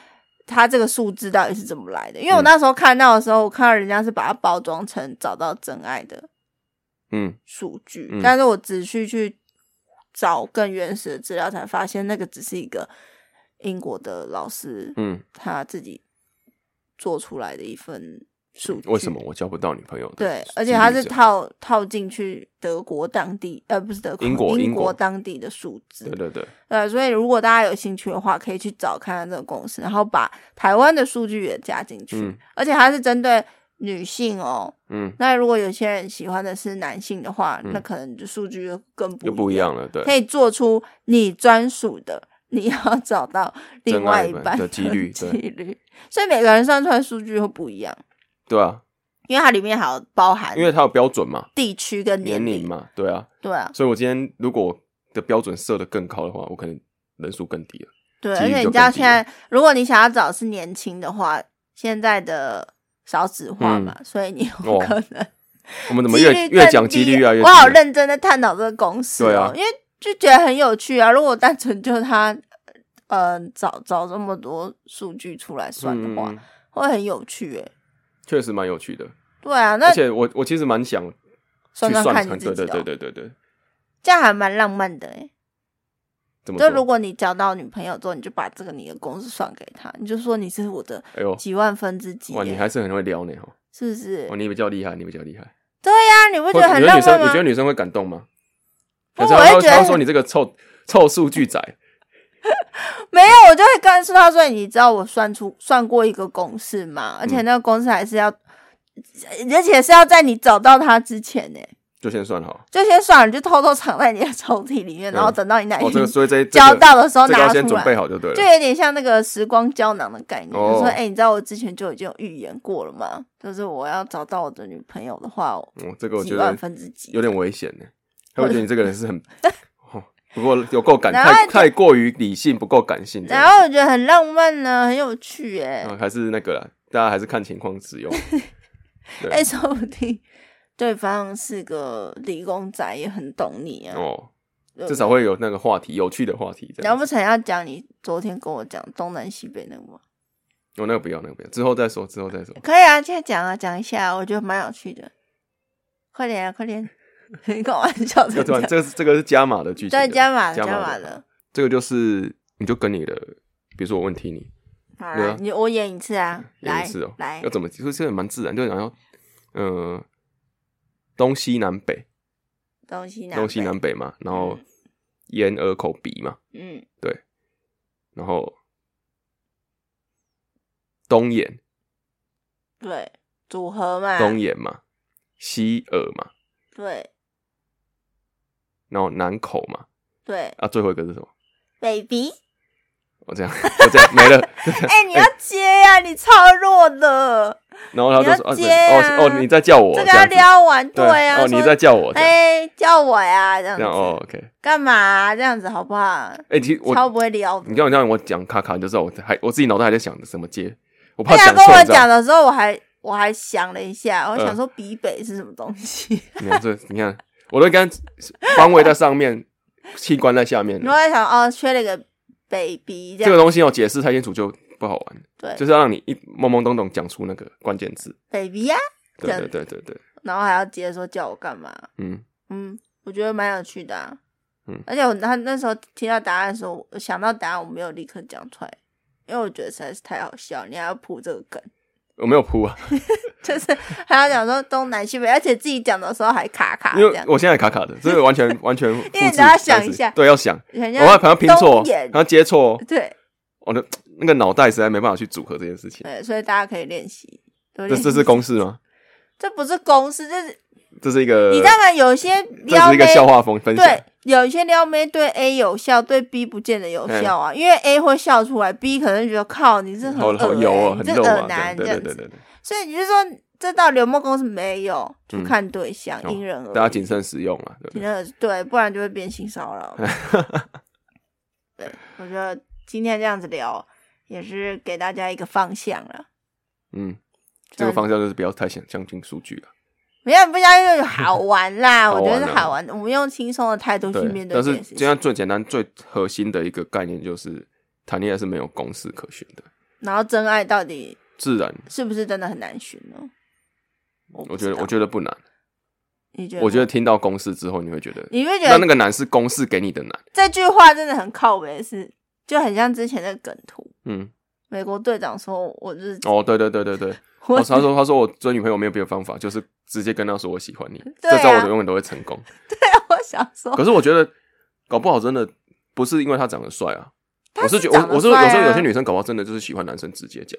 Speaker 2: 它这个数字到底是怎么来的。因为我那时候看到的时候，我看到人家是把它包装成找到真爱的
Speaker 1: 嗯，
Speaker 2: 数据，
Speaker 1: 嗯
Speaker 2: 但是我仔细去找更原始的资料，才发现那个只是一个英国的老师，
Speaker 1: 嗯，
Speaker 2: 他自己做出来的一份数据。
Speaker 1: 嗯为什么？我交不到女朋友的几率这
Speaker 2: 对
Speaker 1: 样？，
Speaker 2: 而且他是套套进去德国当地，呃，不是德国，
Speaker 1: 英国
Speaker 2: 英
Speaker 1: 英国
Speaker 2: 当地的数字
Speaker 1: 对。对对，
Speaker 2: 呃，所以如果大家有兴趣的话，可以去找看看这个公司，然后把台湾的数据也加进去。
Speaker 1: 嗯
Speaker 2: 而且它是针对女性哦，
Speaker 1: 嗯，
Speaker 2: 那如果有些人喜欢的是男性的话，
Speaker 1: 嗯
Speaker 2: 那可能就数据就更不
Speaker 1: 就不一样了，对。
Speaker 2: 可以做出你专属的， 你要找到另
Speaker 1: 真
Speaker 2: 外
Speaker 1: 爱
Speaker 2: 一
Speaker 1: 本
Speaker 2: 半
Speaker 1: 的几率
Speaker 2: 几
Speaker 1: 对
Speaker 2: 率。所以每个人算出来的数据会不一样，
Speaker 1: 对啊，
Speaker 2: 因为它里面还有包含
Speaker 1: 因为它有标准嘛，
Speaker 2: 地区跟
Speaker 1: 年
Speaker 2: 龄
Speaker 1: 龄，嘛，对啊，
Speaker 2: 对啊，
Speaker 1: 所以我今天如果我的标准设的更高的话，我可能人数更低了。
Speaker 2: 对，
Speaker 1: 几
Speaker 2: 而
Speaker 1: 率
Speaker 2: 且你
Speaker 1: 就
Speaker 2: 知道
Speaker 1: 更低
Speaker 2: 现在，如果你想要找是年轻的话，现在的少子化嘛，所以你有
Speaker 1: 哦
Speaker 2: 可能
Speaker 1: 我们怎么
Speaker 2: 几
Speaker 1: 越
Speaker 2: 率更
Speaker 1: 越讲
Speaker 2: 低
Speaker 1: 几率越来越低？啊
Speaker 2: 我好认真在探讨这个公式、哦，
Speaker 1: 对啊
Speaker 2: 因为就觉得很有趣啊。如果单纯就他，呃，找找这么多数据出来算的话，
Speaker 1: 嗯
Speaker 2: 会很有趣诶、欸
Speaker 1: 确实蛮有趣的。
Speaker 2: 对啊，那
Speaker 1: 而且我我其实蛮想
Speaker 2: 算
Speaker 1: 去
Speaker 2: 算
Speaker 1: 算
Speaker 2: 看你
Speaker 1: 看，
Speaker 2: 自己、
Speaker 1: 对
Speaker 2: 哦，
Speaker 1: 对对对对对，
Speaker 2: 这样还蛮浪漫的诶、欸
Speaker 1: 怎么
Speaker 2: 就如
Speaker 1: 说？
Speaker 2: 果你交到女朋友之后，你就把这个你的公式算给她，你就说你是我的
Speaker 1: 哎呦，
Speaker 2: 几万分之几耶、
Speaker 1: 哇，你还是很会撩呢哦，
Speaker 2: 是不是？
Speaker 1: 哦，你比较厉害，你比较厉害。
Speaker 2: 那你不
Speaker 1: 或
Speaker 2: 觉得
Speaker 1: 者
Speaker 2: 很
Speaker 1: 哦你觉得
Speaker 2: 浪
Speaker 1: 女
Speaker 2: 漫
Speaker 1: 生，你觉得
Speaker 2: 吗？
Speaker 1: 女生会感动吗？
Speaker 2: 不
Speaker 1: 有时候
Speaker 2: 我
Speaker 1: 她
Speaker 2: 会
Speaker 1: 会
Speaker 2: 觉得
Speaker 1: 她会说你这个臭臭数据仔，
Speaker 2: 没有，我就会告诉他说：“你知道我算出算过一个公式吗？而且那个公式还是要，
Speaker 1: 嗯
Speaker 2: 而且是要在你找到他之前呢、
Speaker 1: 就先算好。
Speaker 2: 就先算了，你就偷偷藏在你的抽屉里面，
Speaker 1: 嗯
Speaker 2: 然后等到你哪
Speaker 1: 哦，
Speaker 2: 一
Speaker 1: 这个
Speaker 2: 天
Speaker 1: 所以这这
Speaker 2: 交
Speaker 1: 个
Speaker 2: 到的时候
Speaker 1: 这个
Speaker 2: 拿
Speaker 1: 要先
Speaker 2: 出
Speaker 1: 准备
Speaker 2: 来。”
Speaker 1: 好就对
Speaker 2: 就
Speaker 1: 了。
Speaker 2: 有点像那个时光胶囊的概念，
Speaker 1: 哦
Speaker 2: 就说：“哎、你知道我之前就已经有预言过了吗？就是我要找到我的女朋友的话，
Speaker 1: 嗯，这个我
Speaker 2: 几
Speaker 1: 觉
Speaker 2: 万
Speaker 1: 得
Speaker 2: 分之几
Speaker 1: 有点危险呢，他会觉得你这个人是很，哦不过有够感
Speaker 2: 然后
Speaker 1: 太
Speaker 2: 就
Speaker 1: 太过于理性，不够感性这样。
Speaker 2: 然后我觉得很浪漫呢，很有趣哎、
Speaker 1: 啊，还是那个啦，大家还是看情况使用。对
Speaker 2: 哎、说不定对方是个理工仔，也很懂你啊。
Speaker 1: 哦，
Speaker 2: 对不对
Speaker 1: 至少会有那个话题，有趣的话题这
Speaker 2: 难
Speaker 1: 样。
Speaker 2: 不成要讲你昨天跟我讲东南西北那个吗？
Speaker 1: 哦，那个不要，那个不要，之后再说，之后再 说。
Speaker 2: 可以啊，现在讲啊，讲一下啊，我觉得蛮有趣的。快点啊，快点！ 你跟我笑
Speaker 1: 啊这 突
Speaker 2: 成这
Speaker 1: 然，
Speaker 2: 样，
Speaker 1: 这个是这个是加码的剧情的，
Speaker 2: 对，加码了，
Speaker 1: 加
Speaker 2: 加
Speaker 1: 码
Speaker 2: 码
Speaker 1: 的。
Speaker 2: 了。
Speaker 1: 这个就是你就跟你的，比如说我问题你，
Speaker 2: 好
Speaker 1: 对
Speaker 2: 啦
Speaker 1: 啊，
Speaker 2: 你我演一次啊，
Speaker 1: 有
Speaker 2: 来
Speaker 1: 一次哦，
Speaker 2: 来
Speaker 1: 要，怎么，就是蛮自然，就然后，呃，东西南北，
Speaker 2: 东西南
Speaker 1: 东西
Speaker 2: 北
Speaker 1: 南，北嘛，然后眼耳口鼻嘛，
Speaker 2: 嗯，
Speaker 1: 然后东眼
Speaker 2: 对，组合嘛，
Speaker 1: 东眼嘛，
Speaker 2: 嗯
Speaker 1: 西耳嘛，
Speaker 2: 对
Speaker 1: 然后南口嘛，
Speaker 2: 对
Speaker 1: 啊，最后一个是什么？哦
Speaker 2: ，baby，
Speaker 1: 我这样，我这样没了。就这样
Speaker 2: 哎， 你要接呀，你超弱的。
Speaker 1: 然后他就说：“啊
Speaker 2: 你
Speaker 1: 对
Speaker 2: 要接啊
Speaker 1: 哦哦，你在叫我
Speaker 2: 这
Speaker 1: 这
Speaker 2: 个要
Speaker 1: 样子，
Speaker 2: 撩完，
Speaker 1: 对
Speaker 2: 啊，
Speaker 1: 哦，
Speaker 2: 说
Speaker 1: 你在叫我这样，
Speaker 2: 哎、叫我呀，这样
Speaker 1: 这
Speaker 2: 子，
Speaker 1: 样哦，OK。
Speaker 2: 干嘛啊、这样子好不好？
Speaker 1: 哎，其实我
Speaker 2: 超不会撩的。哎
Speaker 1: 你刚刚让我讲卡卡，你就知道我还我自己脑袋还在想着什么接，我怕
Speaker 2: 而且
Speaker 1: 讲错，
Speaker 2: 他啊跟我
Speaker 1: 你知道
Speaker 2: 讲
Speaker 1: 吗？
Speaker 2: 的时候，我还我还想了一下，我想
Speaker 1: 嗯
Speaker 2: 说比北是什么东西，
Speaker 1: 你看这，你看，我都刚方位在上面，器官在下面了
Speaker 2: 然后在想哦，缺了一个 baby
Speaker 1: 嗯
Speaker 2: 这
Speaker 1: 这个
Speaker 2: 样，
Speaker 1: 东西要解释太清楚就不好玩，
Speaker 2: 对，
Speaker 1: 就是要让你一懵懵懂懂讲出那个关键字。
Speaker 2: baby 呀、
Speaker 1: 对
Speaker 2: 这样
Speaker 1: 对对对对，
Speaker 2: 然后还要接着说叫我干嘛？
Speaker 1: 嗯，
Speaker 2: 嗯，我觉得蛮有趣的、啊。
Speaker 1: 嗯
Speaker 2: 而且我他那时候听到答案的时候，我想到答案，我没有立刻讲出来，因为我觉得实在是太好笑，你还要铺这个梗。
Speaker 1: 我没有铺啊，
Speaker 2: 就是还要讲说东南西北，而且自己讲的时候还卡卡
Speaker 1: 因
Speaker 2: 这
Speaker 1: 为
Speaker 2: 样，
Speaker 1: 我现在卡卡的，这个完全完全复制
Speaker 2: 因为你要想
Speaker 1: 但是
Speaker 2: 一下
Speaker 1: 对，要想，
Speaker 2: 人
Speaker 1: 我
Speaker 2: 家
Speaker 1: 怕怕拼错啊
Speaker 2: 东，眼
Speaker 1: 然后接错，哦
Speaker 2: 对
Speaker 1: 我的那个脑袋实在没办法去组合这件事情。
Speaker 2: 对，所以大家可以练习。多
Speaker 1: 这
Speaker 2: 练习
Speaker 1: 这是公式吗？
Speaker 2: 这不是公式，这是
Speaker 1: 这是一个，
Speaker 2: 你知道吗？有些
Speaker 1: 呃这
Speaker 2: 撩
Speaker 1: 是一个
Speaker 2: 妹
Speaker 1: 笑话风分享。
Speaker 2: 对，有一些撩妹对 A 有效，对 B 不见得有效啊，因为 A 会笑出来，B 可能觉得靠你这很
Speaker 1: 嗯好
Speaker 2: 恶
Speaker 1: 好
Speaker 2: 欸
Speaker 1: 油哦，
Speaker 2: 你
Speaker 1: 很
Speaker 2: 这
Speaker 1: 肉
Speaker 2: 恶
Speaker 1: 麻，
Speaker 2: 男
Speaker 1: 对
Speaker 2: 这
Speaker 1: 对
Speaker 2: 样
Speaker 1: 对
Speaker 2: 子，
Speaker 1: 对对
Speaker 2: 所以你就说这到流梦公司没有，就
Speaker 1: 嗯
Speaker 2: 看对象，
Speaker 1: 哦
Speaker 2: 因人而异。
Speaker 1: 大家谨慎使用啊，对不
Speaker 2: 你
Speaker 1: 对？
Speaker 2: 那个对，不然就会变性 骚扰。对，我觉得今天这样子聊也是给大家一个方向了。
Speaker 1: 嗯，这个
Speaker 2: 啊
Speaker 1: 方向就是不要太想相信数据了，
Speaker 2: 没有不相信就好玩啦，
Speaker 1: 好
Speaker 2: 我
Speaker 1: 玩啊
Speaker 2: 觉得是好玩。我们用轻松的态度去面
Speaker 1: 对。
Speaker 2: 对
Speaker 1: 但
Speaker 2: 这
Speaker 1: 是
Speaker 2: 件事
Speaker 1: 今
Speaker 2: 情，
Speaker 1: 天最简单、最核心的一个概念就是，谈恋爱是没有公式可循的，
Speaker 2: 然后真爱到底
Speaker 1: 自然。
Speaker 2: 是不是真的很难寻呢？我
Speaker 1: 我觉得，我
Speaker 2: 得，
Speaker 1: 觉得不难。
Speaker 2: 你觉得？
Speaker 1: 我觉得，听到公式之后，你会觉得，
Speaker 2: 啊你会觉
Speaker 1: 那那
Speaker 2: 得
Speaker 1: 个难是公式给你的难。
Speaker 2: 这句话真的很靠北，是就很像之前的梗图。
Speaker 1: 嗯，
Speaker 2: 美国队长说：“我就是
Speaker 1: 哦，对对对对对。
Speaker 2: 我
Speaker 1: 哦他说他说我追女朋友没有别的方法，就是直接跟她说我喜欢你。
Speaker 2: 对
Speaker 1: 这招我
Speaker 2: 啊哦
Speaker 1: 永远都会成功。
Speaker 2: 我想说，
Speaker 1: 可是我觉得，搞不好真的不是因为他长得帅啊，我是觉
Speaker 2: 长得
Speaker 1: 我我是有
Speaker 2: 帅啊
Speaker 1: 时候有些女生搞不好真的就是喜欢男生直接讲，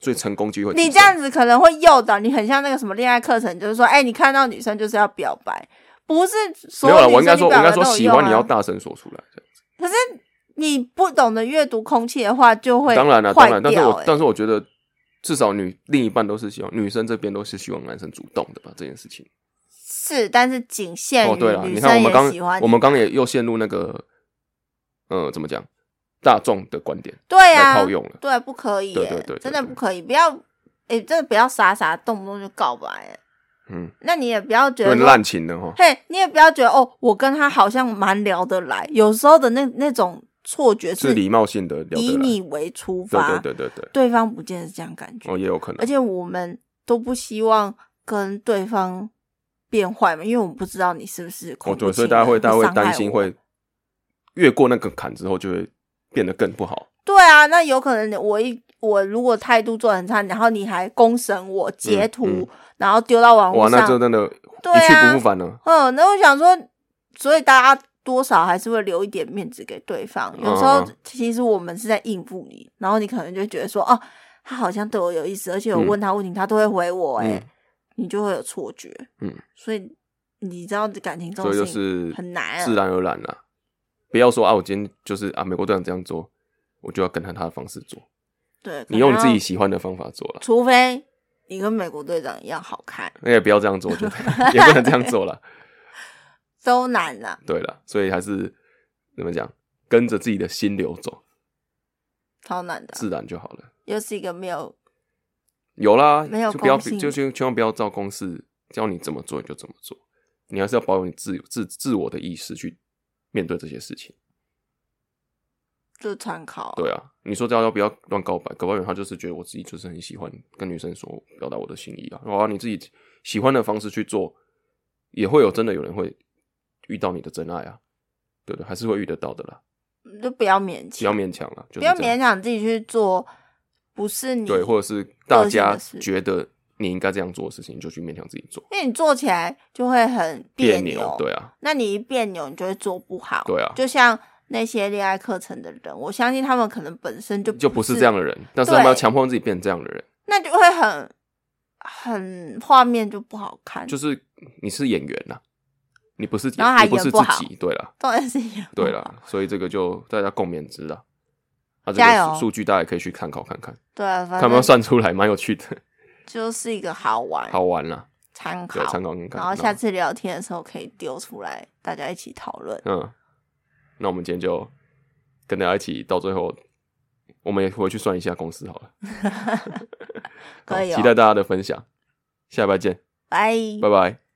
Speaker 1: 所以成功机会提升。
Speaker 2: 你这样子可能会诱导你，很像那个什么恋爱课程，就是说，哎、你看到女生就是要表白，不是所
Speaker 1: 没有了，我
Speaker 2: 有
Speaker 1: 应
Speaker 2: 女
Speaker 1: 该
Speaker 2: 生你
Speaker 1: 说我
Speaker 2: 表
Speaker 1: 应该
Speaker 2: 白都
Speaker 1: 说
Speaker 2: 有
Speaker 1: 喜
Speaker 2: 用
Speaker 1: 欢你要
Speaker 2: 啊。
Speaker 1: 大声说出来。这样
Speaker 2: 可是你不懂得阅读空气的话，就会
Speaker 1: 当然了、
Speaker 2: 坏
Speaker 1: 当然，但是
Speaker 2: 掉
Speaker 1: 我
Speaker 2: 欸
Speaker 1: 但是我觉得至少女另一半都是希望女生这边都是希望男生主动的吧这件事情。
Speaker 2: 是，但是仅限
Speaker 1: 哦，
Speaker 2: 于
Speaker 1: 对了，
Speaker 2: 女
Speaker 1: 你看
Speaker 2: 生
Speaker 1: 我们
Speaker 2: 也喜欢
Speaker 1: 刚
Speaker 2: 你
Speaker 1: 我们刚也又陷入那个，呃，怎么讲，大众的观点
Speaker 2: 对
Speaker 1: 来
Speaker 2: 啊，
Speaker 1: 套用了。
Speaker 2: 对，不可以、欸，
Speaker 1: 对对对对
Speaker 2: 真的
Speaker 1: 对
Speaker 2: 不可以，不要，哎、真的不要傻傻动不动就告白、欸，
Speaker 1: 嗯，
Speaker 2: 那你也不要觉
Speaker 1: 有
Speaker 2: 得
Speaker 1: 点
Speaker 2: 说
Speaker 1: 滥情了哈。
Speaker 2: 嘿，你也不要觉得哦，我跟他好像蛮聊得来，有时候的那那种错觉
Speaker 1: 是礼貌性的聊得
Speaker 2: 以
Speaker 1: 来，
Speaker 2: 你为出
Speaker 1: 对
Speaker 2: 发，
Speaker 1: 对对对对，
Speaker 2: 对方不见得是这样感觉，
Speaker 1: 哦，也有可能
Speaker 2: 而，且我们都不希望跟对方变坏嘛，因为我们不知道你是不是恐
Speaker 1: 哦
Speaker 2: 怖情人、
Speaker 1: 对，所以大家会大家会
Speaker 2: 伤害
Speaker 1: 担心
Speaker 2: 我
Speaker 1: 会越过那个坎之后就会变得更不好，
Speaker 2: 对啊，那有可能我一我如果态度做得很差，然后你还公审我截图，
Speaker 1: 嗯
Speaker 2: 然后丢到网
Speaker 1: 哇，
Speaker 2: 络
Speaker 1: 那
Speaker 2: 上
Speaker 1: 就，真的
Speaker 2: 对
Speaker 1: 一去
Speaker 2: 啊
Speaker 1: 不复返了。
Speaker 2: 嗯，那我想说，所以大家多少还是会留一点面子给对方。有时候
Speaker 1: 嗯嗯
Speaker 2: 其实我们是在应付你，然后你可能就觉得说，哦，他好像对我有意思，而且我
Speaker 1: 嗯
Speaker 2: 问他问题，他都会回我、欸，哎、
Speaker 1: 嗯，
Speaker 2: 你就会有错觉。
Speaker 1: 嗯，
Speaker 2: 所以你知道感情这
Speaker 1: 所
Speaker 2: 种
Speaker 1: 以就
Speaker 2: 事情
Speaker 1: 是
Speaker 2: 很难啊
Speaker 1: 自然而然啦。不要说啊，我今天就是啊，美国队长这样做，我就要跟他他的方式做。
Speaker 2: 对，
Speaker 1: 你用你
Speaker 2: 可
Speaker 1: 自
Speaker 2: 能
Speaker 1: 己
Speaker 2: 要，
Speaker 1: 喜欢的方法做了，
Speaker 2: 除非你跟美国队长一样好看，
Speaker 1: 哎那也不要这样做，我 觉得也不能这样做了。
Speaker 2: 都难啊了、
Speaker 1: 对了，所以还是怎么讲，跟着自己的心流走，
Speaker 2: 超难的啊，
Speaker 1: 自然就好了。
Speaker 2: 又是一个没有
Speaker 1: 有啦，
Speaker 2: 没有
Speaker 1: 就不要
Speaker 2: 公信
Speaker 1: 就就千万不要照公式，教你怎么做你就怎么做，你还是要保有你自自自我的意识去面对这些事情。
Speaker 2: 就参考啊、
Speaker 1: 对啊，你说教教不要乱告白，搞不好有人他就是觉得我自己就是很喜欢跟女生说表达我的心意啊，然后你自己喜欢的方式去做，也会有真的有人会遇到你的真爱啊，对对，还是会遇得到的啦，
Speaker 2: 就不要勉
Speaker 1: 不要
Speaker 2: 强，
Speaker 1: 勉强了，就是
Speaker 2: 不要
Speaker 1: 这样
Speaker 2: 勉强自己去做，不是你
Speaker 1: 对，或者是大
Speaker 2: 个性
Speaker 1: 家
Speaker 2: 的事
Speaker 1: 觉得你应该这样做的事情，你就去勉强自己做，
Speaker 2: 因为你做起来就会很别
Speaker 1: 扭，对啊，
Speaker 2: 那你一别扭，你就会做不好。
Speaker 1: 对啊
Speaker 2: 就像那些恋爱课程的人，我相信他们可能本身就
Speaker 1: 就不是这样，的人，但是他们
Speaker 2: 对
Speaker 1: 要强迫自己变成这样的人，
Speaker 2: 那就会很很画面就不好看，
Speaker 1: 就是是你是演员呐、你不是
Speaker 2: 然后还
Speaker 1: 你不
Speaker 2: 演
Speaker 1: 是
Speaker 2: 不
Speaker 1: 自
Speaker 2: 好
Speaker 1: 己，对啦。
Speaker 2: 当然是也不
Speaker 1: 对
Speaker 2: 好
Speaker 1: 啦，所以这个就大家共勉之啦。啊，这
Speaker 2: 加
Speaker 1: 个
Speaker 2: 油
Speaker 1: 数数据大家也可以去参考看看，
Speaker 2: 对啊，反
Speaker 1: 看有没有
Speaker 2: 正
Speaker 1: 算出来，蛮有 趣的，
Speaker 2: 就是一个好玩
Speaker 1: 好玩啦，
Speaker 2: 参考
Speaker 1: 对，，参考看看。
Speaker 2: 然后下次聊天的时候可以丢出来，大家一起讨论。
Speaker 1: 那，嗯，那我们今天就跟大家一起到最后，我们也回去算一下公司好了。
Speaker 2: 可以
Speaker 1: 好
Speaker 2: 哦
Speaker 1: 期待大家的分享，下礼拜见，
Speaker 2: 拜。
Speaker 1: 拜拜。